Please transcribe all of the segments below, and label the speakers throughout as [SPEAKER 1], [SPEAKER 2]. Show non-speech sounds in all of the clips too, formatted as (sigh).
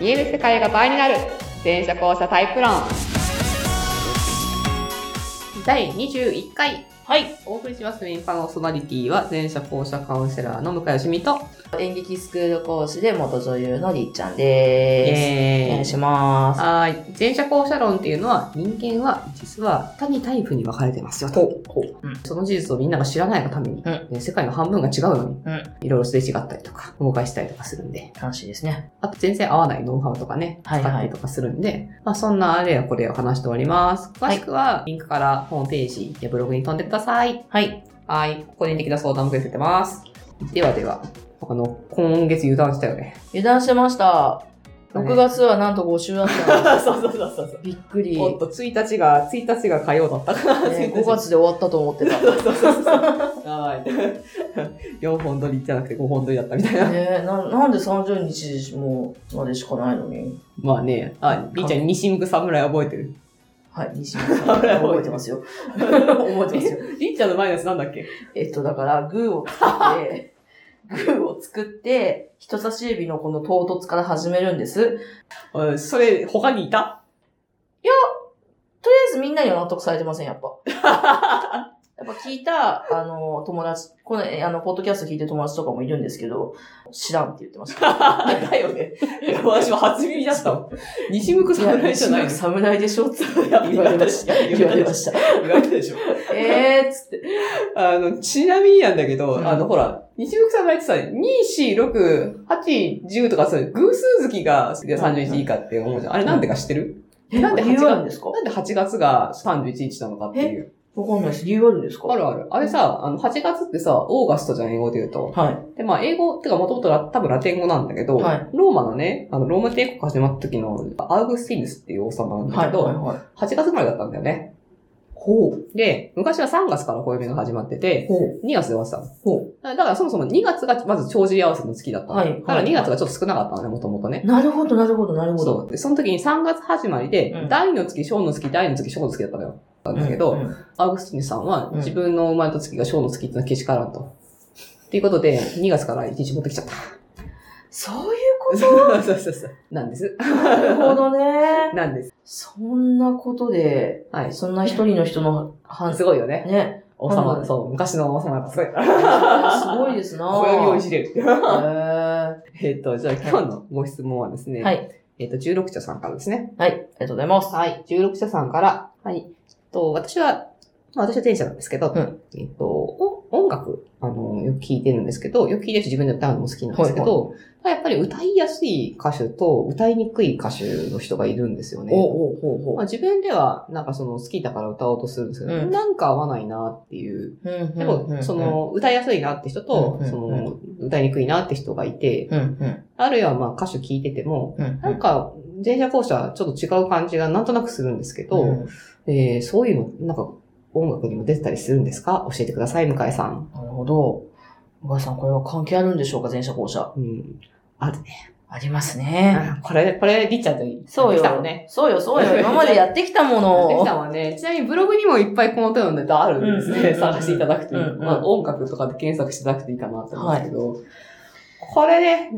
[SPEAKER 1] 見える世界が倍になる全社交差タイプ論第21回
[SPEAKER 2] はい。
[SPEAKER 1] お送りしますメインパーソナリティは前者後者カウンセラーの向井しみと
[SPEAKER 2] 演劇スクール講師で元女優のりっちゃんで
[SPEAKER 1] え
[SPEAKER 2] す。お願いします。
[SPEAKER 1] はい前者後者論っていうのは人間は実は他にタイプに分かれてますよと
[SPEAKER 2] うん
[SPEAKER 1] その事実をみんなが知らないがために、
[SPEAKER 2] うん
[SPEAKER 1] ね世界の半分が違うのに、
[SPEAKER 2] うん
[SPEAKER 1] いろいろすれ違ったりとか崩壊したりとかするんで
[SPEAKER 2] 楽しいですね。
[SPEAKER 1] あと全然合わないノウハウとかね、
[SPEAKER 2] はいは
[SPEAKER 1] 使
[SPEAKER 2] い
[SPEAKER 1] ったりとかするんで、まあそんなあれやこれを話しております。詳しくは、リンクからホームページやブログに飛んでください。
[SPEAKER 2] はい。
[SPEAKER 1] はい。個人的な相談も受け付けてます。ではでは、あの、今月油断したよね。
[SPEAKER 2] 油断してました。6月はなんと5週だ (laughs) ったの。
[SPEAKER 1] そうそうそうそう。
[SPEAKER 2] びっくり。
[SPEAKER 1] おっと、1日が、1日が火曜だったから、
[SPEAKER 2] ね、
[SPEAKER 1] 1
[SPEAKER 2] 5月で終わったと思ってた。
[SPEAKER 1] そうそうそうそう。やばい。4本撮りじゃなくて5本撮りだったみたいな。
[SPEAKER 2] ねななんで30日もまでしかないのに。
[SPEAKER 1] まあね、あ、りーちゃん、西向く侍覚えて (laughs) る。
[SPEAKER 2] はい、西村 (laughs) さん。覚えてますよ。覚えてますよ。
[SPEAKER 1] りーちゃんのマイナスなんだっけ
[SPEAKER 2] えっと、だから、グーを作って、グーを作って、人差し指のこの唐突から始めるんです。
[SPEAKER 1] うんそれ、他にいた
[SPEAKER 2] とりあえずみんなには納得されてません、やっぱ。
[SPEAKER 1] (laughs)
[SPEAKER 2] やっぱ聞いた、あの、友達、この、えあの、ポッドキャスト聞いてる友達とかもいるんですけど、知らんって言ってました。
[SPEAKER 1] (laughs) だよね。
[SPEAKER 2] (laughs)
[SPEAKER 1] 私も初耳だったわ。 (laughs) 西向く侍じゃない
[SPEAKER 2] や
[SPEAKER 1] い
[SPEAKER 2] 侍でしょって
[SPEAKER 1] (laughs)
[SPEAKER 2] 言
[SPEAKER 1] や言
[SPEAKER 2] わ
[SPEAKER 1] わ
[SPEAKER 2] れ
[SPEAKER 1] れま
[SPEAKER 2] まし。
[SPEAKER 1] したた
[SPEAKER 2] 言われました。
[SPEAKER 1] 言われたでしょ。
[SPEAKER 2] えーっつって。
[SPEAKER 1] あの、ちなみになんだけど、
[SPEAKER 2] うん
[SPEAKER 1] あの、ほら、西向く侍ってさ、2、4、6、8、10とかそういう偶数月がいや31日以下って思うじゃん。あれなんでか知ってるなんで
[SPEAKER 2] 理
[SPEAKER 1] 8
[SPEAKER 2] 由あるん
[SPEAKER 1] 月
[SPEAKER 2] ですかわ
[SPEAKER 1] なんで8月が31日なのかっていう。
[SPEAKER 2] かんないです。理由あるんですか
[SPEAKER 1] あるある。あれさ、あの、8月ってさ、オーガストじゃん、英語で言うと。
[SPEAKER 2] はい。
[SPEAKER 1] で、まあ、英語ってか、もともと多分ラテン語なんだけど、
[SPEAKER 2] はい
[SPEAKER 1] ローマのね、あの、ローマ帝国始まった時の、アウグスティヌスっていう王様なん
[SPEAKER 2] は
[SPEAKER 1] だ
[SPEAKER 2] い。
[SPEAKER 1] けど、
[SPEAKER 2] はい。は
[SPEAKER 1] 8月ぐらいだったんだよね。ほう。で、昔は3月から暦が始まって
[SPEAKER 2] い。
[SPEAKER 1] て、
[SPEAKER 2] ほう。
[SPEAKER 1] 2月で終わってたの。
[SPEAKER 2] ほ
[SPEAKER 1] だからそもそも2月がまず長寿合わせの月だったの。
[SPEAKER 2] はい
[SPEAKER 1] だから2月がちょっと少なかったのね、もともとね。
[SPEAKER 2] なるほど、なるほど、なるほど。
[SPEAKER 1] そう。で、その時に3月始まりで、
[SPEAKER 2] うん
[SPEAKER 1] 大の月、小の月、大の月、小の月だったのよ。なんだけど、
[SPEAKER 2] うんうん
[SPEAKER 1] アウグスティヌスさんは
[SPEAKER 2] うん
[SPEAKER 1] 自分の生まれた月が小の月っていうのはけしからんと。っていうことで、2月から1日持ってきちゃった。
[SPEAKER 2] そういうこ
[SPEAKER 1] そうそうそうそう。なんです。
[SPEAKER 2] となるほどね。
[SPEAKER 1] (laughs) なんです。
[SPEAKER 2] そんなことで、
[SPEAKER 1] はい。
[SPEAKER 2] そんな一人の人の反
[SPEAKER 1] すごいよね。
[SPEAKER 2] ね。
[SPEAKER 1] 王様、
[SPEAKER 2] はい
[SPEAKER 1] そう、昔の王様がすご
[SPEAKER 2] (laughs)
[SPEAKER 1] い。
[SPEAKER 2] すご
[SPEAKER 1] (laughs)
[SPEAKER 2] いですなぁ。
[SPEAKER 1] 暦をいじれるっていう。
[SPEAKER 2] へー
[SPEAKER 1] えっと、じゃあ今日のご質問はですね、
[SPEAKER 2] はい。
[SPEAKER 1] えっと、16社さんからですね。
[SPEAKER 2] はい。ありがとうございます。
[SPEAKER 1] はい、16社さんから。はい。えっと、私は、まあ私は前者なんですけど、
[SPEAKER 2] うん
[SPEAKER 1] えっと、お音楽、あの、よく聴いてるんですけど、よく聴いてるし自分で歌うのも好きなんですけど、まあやっぱり歌いやすい歌手と歌いにくい歌手の人がいるんですよね。
[SPEAKER 2] おうおうおう
[SPEAKER 1] まあ、自分では、なんかその好きだから歌おうとするんですけど、
[SPEAKER 2] うん
[SPEAKER 1] なんか合わないなっていう
[SPEAKER 2] おう。
[SPEAKER 1] でも、そ、の、歌いやすいなって人と
[SPEAKER 2] う、ん
[SPEAKER 1] その、歌いにくいなって人がいて、
[SPEAKER 2] うんうん
[SPEAKER 1] あるいはまあ歌手聞いてても、
[SPEAKER 2] うん。
[SPEAKER 1] なんか、前者後者ちょっと違う感じがなんとなくするんですけど、
[SPEAKER 2] うん
[SPEAKER 1] えーそういうの、なんか、音楽にも出てたりするんですか教えてください、向井さん。
[SPEAKER 2] なるほど。お母さん、これは関係あるんでしょうか前者後者。
[SPEAKER 1] うん。あるね。
[SPEAKER 2] ありますね。
[SPEAKER 1] あこれ、これ、りっちゃんと
[SPEAKER 2] そう
[SPEAKER 1] で
[SPEAKER 2] よ。
[SPEAKER 1] きたもんね。
[SPEAKER 2] そうよ、そ
[SPEAKER 1] (laughs)
[SPEAKER 2] うよ。今までやってきたもの
[SPEAKER 1] でき
[SPEAKER 2] を。
[SPEAKER 1] たわね。ちなみにブログにもいっぱいこの手のネタあるんですね。
[SPEAKER 2] うん
[SPEAKER 1] 探していただくといい。
[SPEAKER 2] うん
[SPEAKER 1] まあ、音楽とかで検索していただくといいかなと思うんですけど、これね、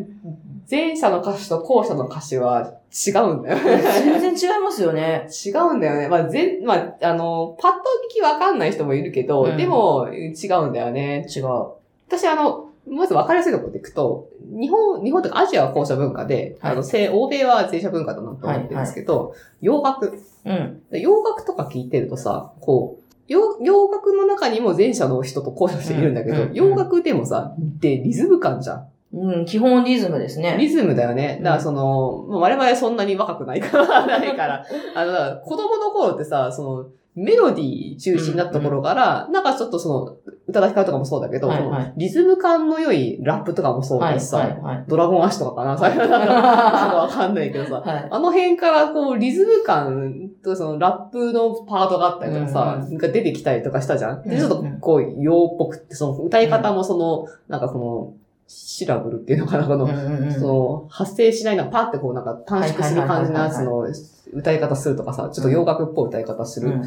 [SPEAKER 1] 前者の歌手と後者の歌手は違うんだよね。
[SPEAKER 2] 全然違いますよね。
[SPEAKER 1] 違うんだよね。まあ、全、まあ、あの、パッと聞きわかんない人もいるけど、
[SPEAKER 2] うん
[SPEAKER 1] でも、違うんだよね。
[SPEAKER 2] 違う。は
[SPEAKER 1] 私、あの、まず分かりやすいところでいくと、日本、日本というかアジアは後者文化で、
[SPEAKER 2] はい
[SPEAKER 1] あの、西、欧米は前者文化だなと思ってるんですけど、洋楽。
[SPEAKER 2] うん。
[SPEAKER 1] で洋楽とか聞いてるとさ、こう、洋洋楽の中にも前者の人と後者の人いるんだけど、
[SPEAKER 2] うんうん
[SPEAKER 1] 洋楽でもさ、で、リズム感じゃん。
[SPEAKER 2] うん、基本リズムですね。
[SPEAKER 1] リズムだよね。だからその、まあ我々そんなに若くないから、 (laughs) ないから。あの、だから子供の頃ってさ、その、メロディー中心だった頃から、なんかちょっとその、宇多田ヒカルとかもそうだけど、
[SPEAKER 2] はい
[SPEAKER 1] そ
[SPEAKER 2] はい
[SPEAKER 1] のリズム感の良いラップとかもそう
[SPEAKER 2] はい、
[SPEAKER 1] だしさ、
[SPEAKER 2] はい、はい。
[SPEAKER 1] ドラゴン足とかかな、最初なんか、ちょっとわかんないけどさ、
[SPEAKER 2] はい。
[SPEAKER 1] あの辺から、こう、リズム感と、その、ラップのパートがあったりとか
[SPEAKER 2] うん
[SPEAKER 1] さ
[SPEAKER 2] う、
[SPEAKER 1] が出てきたりとかしたじゃん。
[SPEAKER 2] う
[SPEAKER 1] で、
[SPEAKER 2] ん
[SPEAKER 1] ちょ
[SPEAKER 2] う
[SPEAKER 1] っ
[SPEAKER 2] ん
[SPEAKER 1] と、こう、洋っぽくって、その、歌い方もその、なんかその、シラブルっていうのかな、こ
[SPEAKER 2] う
[SPEAKER 1] の、
[SPEAKER 2] んうんうん
[SPEAKER 1] その、発生しないな、パーってこう、なんか短縮する感じのやつの、歌い方するとかさ、ちょっと洋楽っぽい歌い方す
[SPEAKER 2] う
[SPEAKER 1] る。
[SPEAKER 2] ん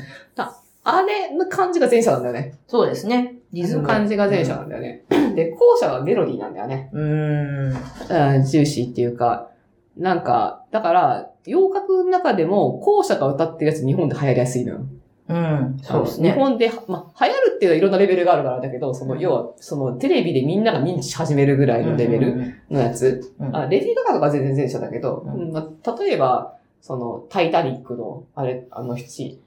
[SPEAKER 1] あれの感じが前者なんだよね。
[SPEAKER 2] そうですね。リズム。
[SPEAKER 1] 感じが前者なんだよね。で、後者はメロディーなんだよね。
[SPEAKER 2] うーん。
[SPEAKER 1] うん、重視っていうか、なんか、だから、洋楽の中でも、校舎が歌ってるやつ日本で流行りやすいのよ。
[SPEAKER 2] うん。そうです
[SPEAKER 1] 日
[SPEAKER 2] ね。
[SPEAKER 1] 本で、まあ、流行るっていうのはいろんなレベルがあるからだけど、その、要は、その、テレビでみんなが認知し始めるぐらいのレベル
[SPEAKER 2] ル。
[SPEAKER 1] のやつ。
[SPEAKER 2] うん
[SPEAKER 1] あレディー・ガガとか全然前者だけど、
[SPEAKER 2] うん
[SPEAKER 1] うんまあ、例えば、その、タイタニックの、あれ、あの七、
[SPEAKER 2] セリ。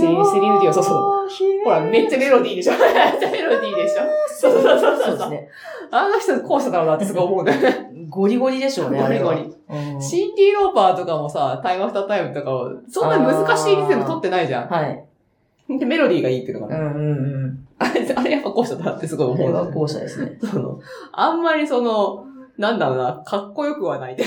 [SPEAKER 1] セリーヌディオンそうそう
[SPEAKER 2] ほ
[SPEAKER 1] ほら、めっちゃメロディーでしょめっちゃメロディーでしょそうそうそう
[SPEAKER 2] そ
[SPEAKER 1] そうう
[SPEAKER 2] ですね。
[SPEAKER 1] あの人、校舎だろうなってすごい思うね。
[SPEAKER 2] (laughs) ゴリゴリでしょうね。
[SPEAKER 1] ゴリゴ
[SPEAKER 2] あれは。
[SPEAKER 1] リ。
[SPEAKER 2] うん
[SPEAKER 1] シンディ・ローパーとかもさ、タイムアフタータイムとかを、そんな難しいリズム取ってないじゃ
[SPEAKER 2] はい。
[SPEAKER 1] ん。で、メロディーがいいっていうの
[SPEAKER 2] う
[SPEAKER 1] かな。
[SPEAKER 2] んうんうん。
[SPEAKER 1] あれ、あれやっぱ校舎だなってすごい
[SPEAKER 2] こ
[SPEAKER 1] 思
[SPEAKER 2] れ
[SPEAKER 1] うな
[SPEAKER 2] は。後者ですね。
[SPEAKER 1] その、あんまりその、なんだろうな、かっこよくはない。 (laughs)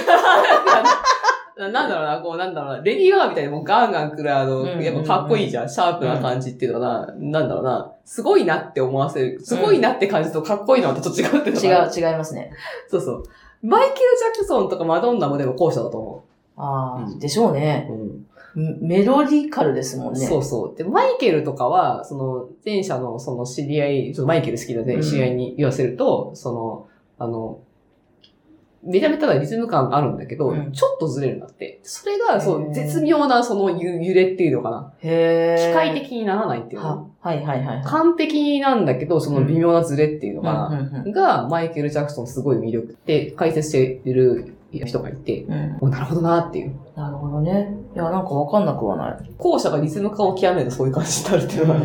[SPEAKER 1] ななんだろうな、こう、なんだろうな、レディー・ガガみたいにもうガンガン来る、あの、
[SPEAKER 2] うんうんうん
[SPEAKER 1] やっぱかっこいいじゃん、シャープな感じっていうのはな、なんだろうな、すごいなって思わせる、すごいなって感じとかっこいいのはまたちょっと違うっていうの
[SPEAKER 2] 違
[SPEAKER 1] がある、
[SPEAKER 2] う違いますね。
[SPEAKER 1] そうそう。マイケル・ジャクソンとかマドンナもでも後者だと思
[SPEAKER 2] あ
[SPEAKER 1] う
[SPEAKER 2] あ、
[SPEAKER 1] ん
[SPEAKER 2] でしょうね。
[SPEAKER 1] う。うん。
[SPEAKER 2] メメロディカルですもんね。
[SPEAKER 1] そうそう。で、マイケルとかは、その、前者の、その、知り合い、ちょっとマイケル好きな
[SPEAKER 2] う
[SPEAKER 1] ね
[SPEAKER 2] ん
[SPEAKER 1] 知り合いに言わせると、その、あの、めちゃめちゃなリズム感があるんだけど、
[SPEAKER 2] うん
[SPEAKER 1] ちょっとずれるんだって。それが、そ
[SPEAKER 2] へー
[SPEAKER 1] う、絶妙な、その、ゆ揺れっていうのかな。
[SPEAKER 2] へえ。
[SPEAKER 1] 機械的にならないっていう
[SPEAKER 2] は
[SPEAKER 1] の。、
[SPEAKER 2] はいはいはいはい。
[SPEAKER 1] 完璧なんだけど、その微妙なずれっていうの
[SPEAKER 2] う
[SPEAKER 1] か
[SPEAKER 2] ん
[SPEAKER 1] な。
[SPEAKER 2] うん
[SPEAKER 1] が、マイケル・ジャクソンすごい魅力って解説してる人がいて、
[SPEAKER 2] うんうん
[SPEAKER 1] おなるほどなっていう。
[SPEAKER 2] なるほどね。いや、なんかわかんなく
[SPEAKER 1] (laughs)
[SPEAKER 2] はない。
[SPEAKER 1] 後者がリズム感を極めるとそういう感じになるっていうのがあ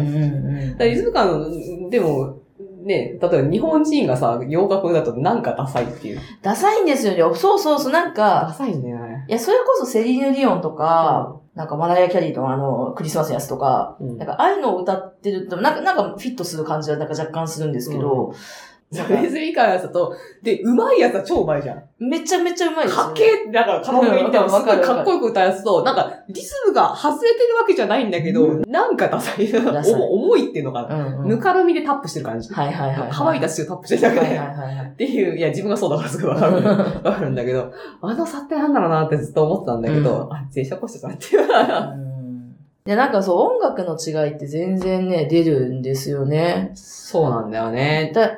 [SPEAKER 1] るだからリズム感、でも、ね、例えば日本人がさ、洋楽だとなんかダサいっていう。
[SPEAKER 2] ダサいんですよね。そうそうそう、なんか、
[SPEAKER 1] サいんだよね。
[SPEAKER 2] いや、それこそセリーヌ・ディオンとか、なんかマライア・キャリーのあの、クリスマスのやつとか、
[SPEAKER 1] うん (laughs)
[SPEAKER 2] なんかああいうのを歌ってると、なんか、なんかフィットする感じはなんか若干するんですけど、なんか
[SPEAKER 1] レズミカのやつだと、で、うまいやつは超うまいじゃん。
[SPEAKER 2] めちゃめちゃうまいですよ
[SPEAKER 1] かっけえ、だからカラオケ行っても
[SPEAKER 2] うん
[SPEAKER 1] す
[SPEAKER 2] わ
[SPEAKER 1] ご
[SPEAKER 2] か
[SPEAKER 1] い
[SPEAKER 2] るわかる
[SPEAKER 1] かっこよく歌うやつと、なんかリズムが外れてるわけじゃないんだけど、
[SPEAKER 2] う
[SPEAKER 1] なんかダサい。
[SPEAKER 2] ダサ
[SPEAKER 1] (laughs)
[SPEAKER 2] い
[SPEAKER 1] お重いっていうのかな。
[SPEAKER 2] うん、うん。
[SPEAKER 1] ぬかるみでタップしてる感じ。
[SPEAKER 2] はいはいはい。
[SPEAKER 1] ハワイ
[SPEAKER 2] だ
[SPEAKER 1] ダッシュをタップしてるだけ
[SPEAKER 2] はい
[SPEAKER 1] で。
[SPEAKER 2] はいはいはい。
[SPEAKER 1] っていう、いや、自分がそうだからすごいわか
[SPEAKER 2] (laughs)
[SPEAKER 1] る。わかるんだけど、あの差ってなんだろうなってずっと思ってたんだけど、あ、前者後者だなっていう。
[SPEAKER 2] うんで、なんかそう、音楽の違いって全然ね、出るんですよね。
[SPEAKER 1] そうなんだよね。
[SPEAKER 2] だ、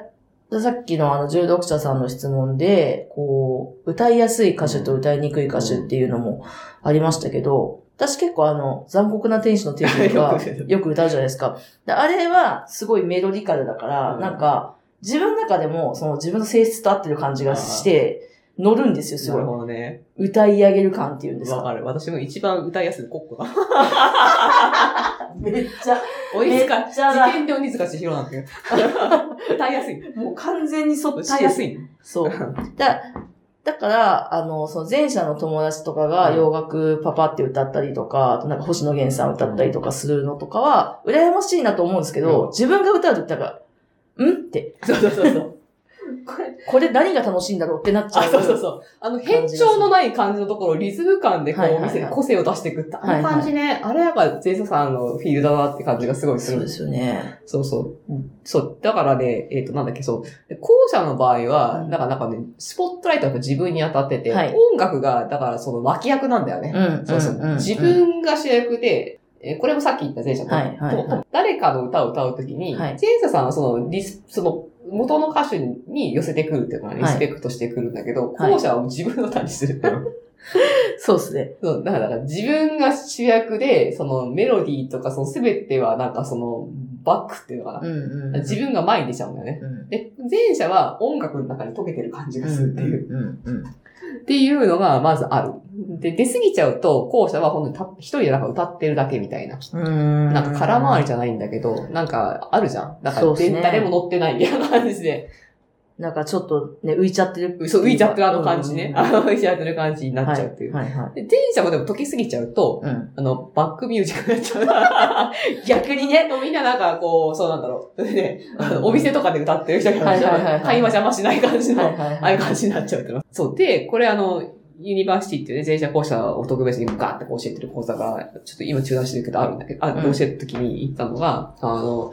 [SPEAKER 2] ださっきのあの、重読者さんの質問で、こう、歌いやすい歌手と歌いにくい歌手っていうのもありましたけど、私結構あの、残酷な天使の天使と
[SPEAKER 1] (laughs) よ
[SPEAKER 2] か
[SPEAKER 1] く出てる、
[SPEAKER 2] よく歌うじゃないですか。であれは、すごいメロディカルだから、
[SPEAKER 1] うん
[SPEAKER 2] なんか、自分の中でも、その自分の性質と合ってる感じがして、乗るんですよ、す
[SPEAKER 1] な
[SPEAKER 2] ご
[SPEAKER 1] る
[SPEAKER 2] い。
[SPEAKER 1] ほどね。
[SPEAKER 2] 歌い上げる感っていうんです
[SPEAKER 1] わ
[SPEAKER 2] か。
[SPEAKER 1] かる。私も一番歌いやすいコッ
[SPEAKER 2] (laughs)
[SPEAKER 1] コだ。
[SPEAKER 2] めっ
[SPEAKER 1] (laughs)
[SPEAKER 2] ちゃ、
[SPEAKER 1] おい
[SPEAKER 2] めっ
[SPEAKER 1] つ
[SPEAKER 2] ち
[SPEAKER 1] か、
[SPEAKER 2] ゃだ
[SPEAKER 1] 事件で鬼塚千尋なんだけ
[SPEAKER 2] (laughs)
[SPEAKER 1] ど。歌いやすい。
[SPEAKER 2] もう完全にそっ
[SPEAKER 1] 歌いやす
[SPEAKER 2] い。
[SPEAKER 1] い。
[SPEAKER 2] そう。
[SPEAKER 1] (laughs)
[SPEAKER 2] だ、だから、あの、その前者の友達とかが
[SPEAKER 1] うん
[SPEAKER 2] 洋楽パパって歌ったりとか、あとなんか星野源さん歌ったりとかするのとかは、羨ましいなと思うんですけど、
[SPEAKER 1] うん
[SPEAKER 2] 自分が歌うとなんか、んって、
[SPEAKER 1] そうそうそうそう。
[SPEAKER 2] これ何が楽しいんだろうってなっちゃ
[SPEAKER 1] あ、
[SPEAKER 2] う。
[SPEAKER 1] そうそうそう。あの、変調のない感じのところをリズム感でこ
[SPEAKER 2] はいはいうはい
[SPEAKER 1] 見せて個性を出していくって、
[SPEAKER 2] はいはい
[SPEAKER 1] あの感じね。あれやっぱ前者さんのフィールだなって感じがすごいす
[SPEAKER 2] そうで
[SPEAKER 1] る。
[SPEAKER 2] すよね。
[SPEAKER 1] そうそう。そう。だからね、えっと、なんだっけ、そう。で後者の場合は
[SPEAKER 2] う、ん
[SPEAKER 1] なんかなんかね、スポットライトが自分に当たってて、
[SPEAKER 2] はい
[SPEAKER 1] 音楽が、だからその脇役なんだよね。
[SPEAKER 2] うん。
[SPEAKER 1] そうそう。
[SPEAKER 2] んん
[SPEAKER 1] 自分が主役で、えーこれもさっき言った前者と、
[SPEAKER 2] はいはいはい
[SPEAKER 1] と誰かの歌を歌うときに、
[SPEAKER 2] はい
[SPEAKER 1] 前者さんはそのリス、その、元の歌手に寄せてくるっていうのはリ
[SPEAKER 2] はい
[SPEAKER 1] スペクトしてくるんだけど、
[SPEAKER 2] はい
[SPEAKER 1] 後者はもう自分の歌にするっていう
[SPEAKER 2] (laughs)
[SPEAKER 1] の。
[SPEAKER 2] そうですね。
[SPEAKER 1] そうだからだから自分が主役で、そのメロディーとかその全てはなんかそのバックっていうのかな。
[SPEAKER 2] うんうん。
[SPEAKER 1] 自分が前に出ちゃうんだよね。
[SPEAKER 2] うん。
[SPEAKER 1] で、前者は音楽の中に溶けてる感じがするっていう。
[SPEAKER 2] うんうんうん。
[SPEAKER 1] っていうのが、まずある。で、出過ぎちゃうと、後者はほんとにた一人でなんか歌ってるだけみたいな。
[SPEAKER 2] うん。
[SPEAKER 1] なんか空回りじゃないんだけど、なんかあるじゃん。なんか
[SPEAKER 2] そうっすね
[SPEAKER 1] 全誰も乗ってないみたいな感じで。
[SPEAKER 2] なんかちょっとね、浮いちゃってる。
[SPEAKER 1] そう、浮いちゃってるあの感じね
[SPEAKER 2] ん。
[SPEAKER 1] あの (laughs) 浮いちゃってる感じになっちゃうっていう。
[SPEAKER 2] はいはいはい。
[SPEAKER 1] で前者もでも解き過ぎちゃうと、
[SPEAKER 2] うん。
[SPEAKER 1] あの、バックミュージックになっちゃ
[SPEAKER 2] (laughs)
[SPEAKER 1] う。
[SPEAKER 2] 逆にね。
[SPEAKER 1] みんななんかこう、そうなんだろう。ね、あのお店とかで歌ってる人がいるじゃん
[SPEAKER 2] はいはいはいはい
[SPEAKER 1] 会話邪魔しない感じの。
[SPEAKER 2] はいはい
[SPEAKER 1] ああ
[SPEAKER 2] はいい。
[SPEAKER 1] う感じになっちゃうってのそう。で、これあの、ユニバーシティっていうね、前者講者を特別にガーってこう教えてる講座が、ちょっと今中断してるけどあるんだけど、あ、
[SPEAKER 2] うん
[SPEAKER 1] 教えるときに言ったのが、あの、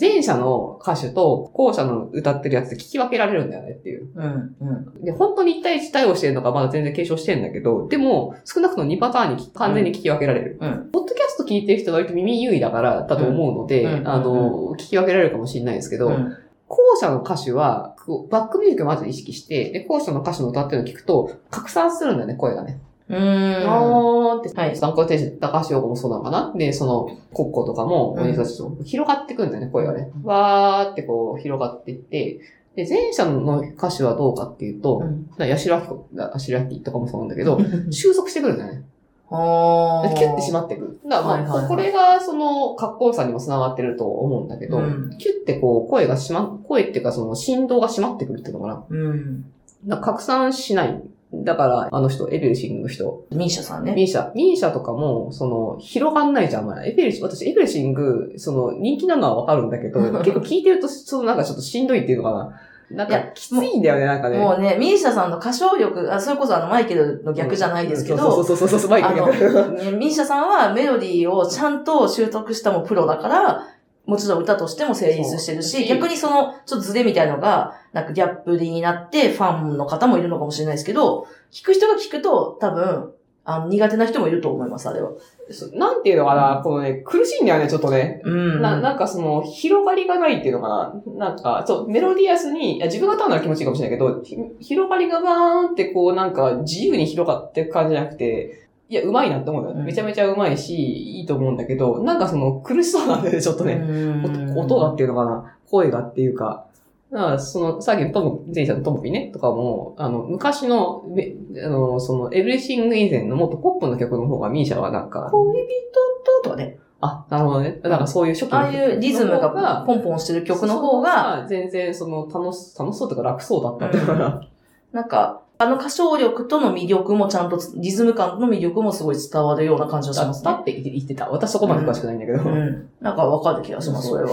[SPEAKER 1] 前者の歌手と後者の歌ってるやつで聞き分けられるんだよねっていう。
[SPEAKER 2] うん、うん。
[SPEAKER 1] で、本当に一対一対応してるのかまだ全然継承してんだけど、でも、少なくとも2パターンに完全に聞き分けられる。
[SPEAKER 2] うん。
[SPEAKER 1] ポッドキャスト聞いてる人は割と耳優位だからだと思うので、
[SPEAKER 2] うんうん
[SPEAKER 1] あの、聞き分けられるかもしれないですけど、
[SPEAKER 2] うん
[SPEAKER 1] 後者の歌手は、こうバックミュージックをまず意識して、で、後者の歌手の歌ってるのを聞くと、拡散するんだよね、声がね。
[SPEAKER 2] うーん。
[SPEAKER 1] あーって、
[SPEAKER 2] はい
[SPEAKER 1] 参考停止、高橋洋子もそうなのかなで、その、国交とかも、
[SPEAKER 2] うん
[SPEAKER 1] 鬼たちも広がってくんだよね、声がね。わーってこう、広がっていって、で、前者の歌手はどうかっていうと、
[SPEAKER 2] うん。
[SPEAKER 1] ヤシラキコ、ヤシラキとかもそうなんだけど、収束してくるんだよね。
[SPEAKER 2] あー
[SPEAKER 1] キュッてしまってくる。だから、まあ
[SPEAKER 2] はいはいはい
[SPEAKER 1] これが、その、格好さにもつながってると思うんだけど、
[SPEAKER 2] うん
[SPEAKER 1] キュッてこう、声がしま、声っていうか、その、振動が締まってくるっていうのかな。
[SPEAKER 2] うん。
[SPEAKER 1] だから拡散しない。だから、あの人、エベルシングの人、
[SPEAKER 2] ミーシャさんね。
[SPEAKER 1] ミーシャ。ミーシャとかも、その、広がんないじゃん、あんまり。エペルシン、私、エペルシング、その、人気なのはわかるんだけど、結構聞いてると、そのなんかちょっとしんどいっていうのかな。なん
[SPEAKER 2] い
[SPEAKER 1] か
[SPEAKER 2] や、
[SPEAKER 1] きついんだよね、なんかね。
[SPEAKER 2] もうね、ミーシャさんの歌唱力、あ、それこそあの、マイケルの逆じゃないですけ
[SPEAKER 1] そう
[SPEAKER 2] ど、
[SPEAKER 1] そうそうそうそう、マイク
[SPEAKER 2] あ
[SPEAKER 1] だ
[SPEAKER 2] の
[SPEAKER 1] けど。
[SPEAKER 2] ねミーシャさんはメロディーをちゃんと習得したもうプロだから、もちろん歌としても成立してる
[SPEAKER 1] そう
[SPEAKER 2] し、逆にその、ちょっとズレみたいのが、なんかギャップになって、ファンの方もいるのかもしれないですけど、聞く人が聞くと、多分、あの苦手な人もいると思います、あれは。
[SPEAKER 1] そうなんていうのかな、このね、苦しいんだよね、ちょっとね。
[SPEAKER 2] うん。
[SPEAKER 1] な、なんかその、広がりがないっていうのかな。なんか、そう、メロディアスに、いや自分が歌うなら気持ちいいかもしれないけど、ひ広がりがバーンってこう、なんか、自由に広がっていく感じじゃなくて、いや、うまいなって思うんだよ。
[SPEAKER 2] うん
[SPEAKER 1] めちゃめちゃうまいし、いいと思うんだけど、なんかその、苦しそうなんだよね、ちょっとね。
[SPEAKER 2] うん
[SPEAKER 1] 音音がっていうのかな声がっていうか。だから、その、さっきのトム、前者のトムビね、とかも、あの、昔の、めあの、その、エブリシング以前のもっとポップの曲の方がミーシャはなんか、
[SPEAKER 2] 恋人ととかね、
[SPEAKER 1] あ、なるほどね。なんかそういう初期の
[SPEAKER 2] ああいうリズム
[SPEAKER 1] の方
[SPEAKER 2] がポンポンしてる曲の方が、、
[SPEAKER 1] 全然その楽し、楽しそうとか楽そうだったっていうか、
[SPEAKER 2] なんか、あの歌唱力との魅力もちゃんと、リズム感の魅力もすごい伝わるような感じがし
[SPEAKER 1] だ
[SPEAKER 2] ま
[SPEAKER 1] っ
[SPEAKER 2] す
[SPEAKER 1] た
[SPEAKER 2] ね。
[SPEAKER 1] って言ってた。私そこまで詳しくないんだけど。
[SPEAKER 2] うん。なんかわかる気がします、それは。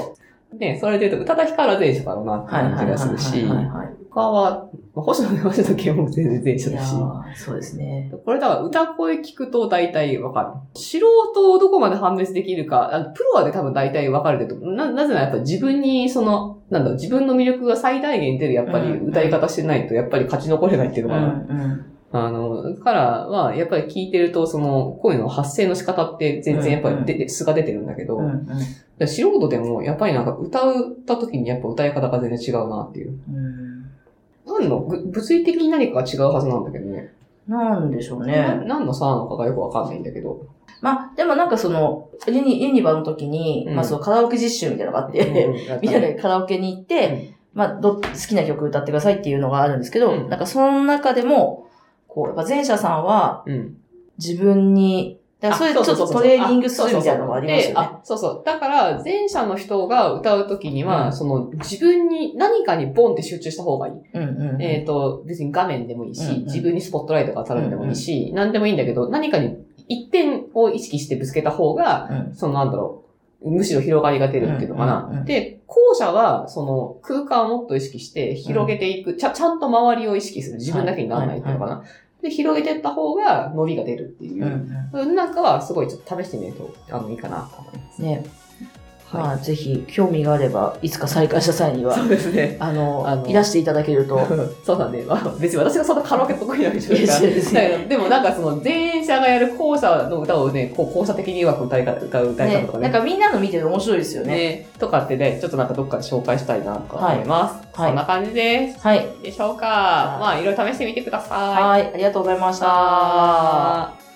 [SPEAKER 1] ね、それで言うと、宇多田ヒカルは前者だろうなって
[SPEAKER 2] はい
[SPEAKER 1] 感じ
[SPEAKER 2] はいはい
[SPEAKER 1] が
[SPEAKER 2] はい
[SPEAKER 1] するし、
[SPEAKER 2] はいはい。
[SPEAKER 1] 他は、まあ星野源の時も全然前者
[SPEAKER 2] いや
[SPEAKER 1] だし。
[SPEAKER 2] ーそうですね。
[SPEAKER 1] これだから歌声聞くと大体わかる。素人をどこまで判別できるか、あのプロはで多分大体わかるけど、な、なぜならやっぱ自分にその、なんだろう、自分の魅力が最大限出るやっぱり
[SPEAKER 2] うん
[SPEAKER 1] 歌い方してないとやっぱり勝ち残れないっていう
[SPEAKER 2] う
[SPEAKER 1] の
[SPEAKER 2] ん、
[SPEAKER 1] かな。
[SPEAKER 2] うん。
[SPEAKER 1] あの、からは、やっぱり聞いてると、その、声の発声の仕方って全然やっぱり出て、素が出てるんだけど、
[SPEAKER 2] うん
[SPEAKER 1] だから素人でも、やっぱりなんか歌うた時にやっぱ歌い方が全然違うなっていう。
[SPEAKER 2] うん。
[SPEAKER 1] 何の、ぐ物理的に何かが違うはずなんだけどね。
[SPEAKER 2] なんでしょう
[SPEAKER 1] な
[SPEAKER 2] ね。
[SPEAKER 1] 何の差なのかがよくわかんないんだけど。
[SPEAKER 2] まあ、でもなんかその、ユニユニバの時に、
[SPEAKER 1] うん
[SPEAKER 2] まあそのカラオケ実習みたいなのがあっ
[SPEAKER 1] うん
[SPEAKER 2] て、
[SPEAKER 1] うん
[SPEAKER 2] みんなでカラオケに行って、まあ、ど、好きな曲歌ってくださいっていうのがあるんですけど、
[SPEAKER 1] うん
[SPEAKER 2] なんかその中でも、こう、やっぱ前者さんは
[SPEAKER 1] うん。
[SPEAKER 2] 自分に、だからそれちょっとトレーニングするみたいなのもありますよね。
[SPEAKER 1] あ、そうそう。だから、前者の人が歌う時には、
[SPEAKER 2] うん
[SPEAKER 1] その、自分に何かにボンって集中した方がいい。
[SPEAKER 2] うんうんうん。
[SPEAKER 1] えっ、と、別に画面でもいいし、
[SPEAKER 2] うんうん
[SPEAKER 1] 自分にスポットライトが当たるんでもいいし、何でもいいんだけど、何かに一点を意識してぶつけた方が、
[SPEAKER 2] うん
[SPEAKER 1] そのなんだろう、むしろ広がりが出るっていうのかな。
[SPEAKER 2] うんうんうん
[SPEAKER 1] で、後者は、その空間をもっと意識して広げていく、ちゃ、ちゃんと周りを意識する。自分だけにならないっていうのかな。で、広げていった方が伸びが出るっていうう。
[SPEAKER 2] ん
[SPEAKER 1] なんかは、すごいちょっと試してみると、あの、いいかなと思います。
[SPEAKER 2] うん。ね、ま
[SPEAKER 1] は
[SPEAKER 2] あ、ぜひ、興味があれば、いつか再開した際に
[SPEAKER 1] い。
[SPEAKER 2] は
[SPEAKER 1] そ、うですね。
[SPEAKER 2] あの、
[SPEAKER 1] あの
[SPEAKER 2] いらしていただけ
[SPEAKER 1] (laughs)
[SPEAKER 2] ると。
[SPEAKER 1] そうだね。まあ、別に私がそんなカラオケ得意なわけじゃないから。
[SPEAKER 2] (laughs) いやいやいや
[SPEAKER 1] だけどでもなんかその前者がやる後者の歌をね、こう、後者的にうまく歌い方、歌う歌い方
[SPEAKER 2] ね
[SPEAKER 1] とか、
[SPEAKER 2] な
[SPEAKER 1] ね。
[SPEAKER 2] んかみんなの見てて面白いですよね。
[SPEAKER 1] ね、とかってね、ちょっとなんかどっかで紹介したいなと思います。
[SPEAKER 2] はいはい
[SPEAKER 1] そんな感じです。
[SPEAKER 2] はい。
[SPEAKER 1] でしょうか。
[SPEAKER 2] い
[SPEAKER 1] まあ、いろいろ試してみてください。
[SPEAKER 2] はい。ありがとうございました。
[SPEAKER 1] さあ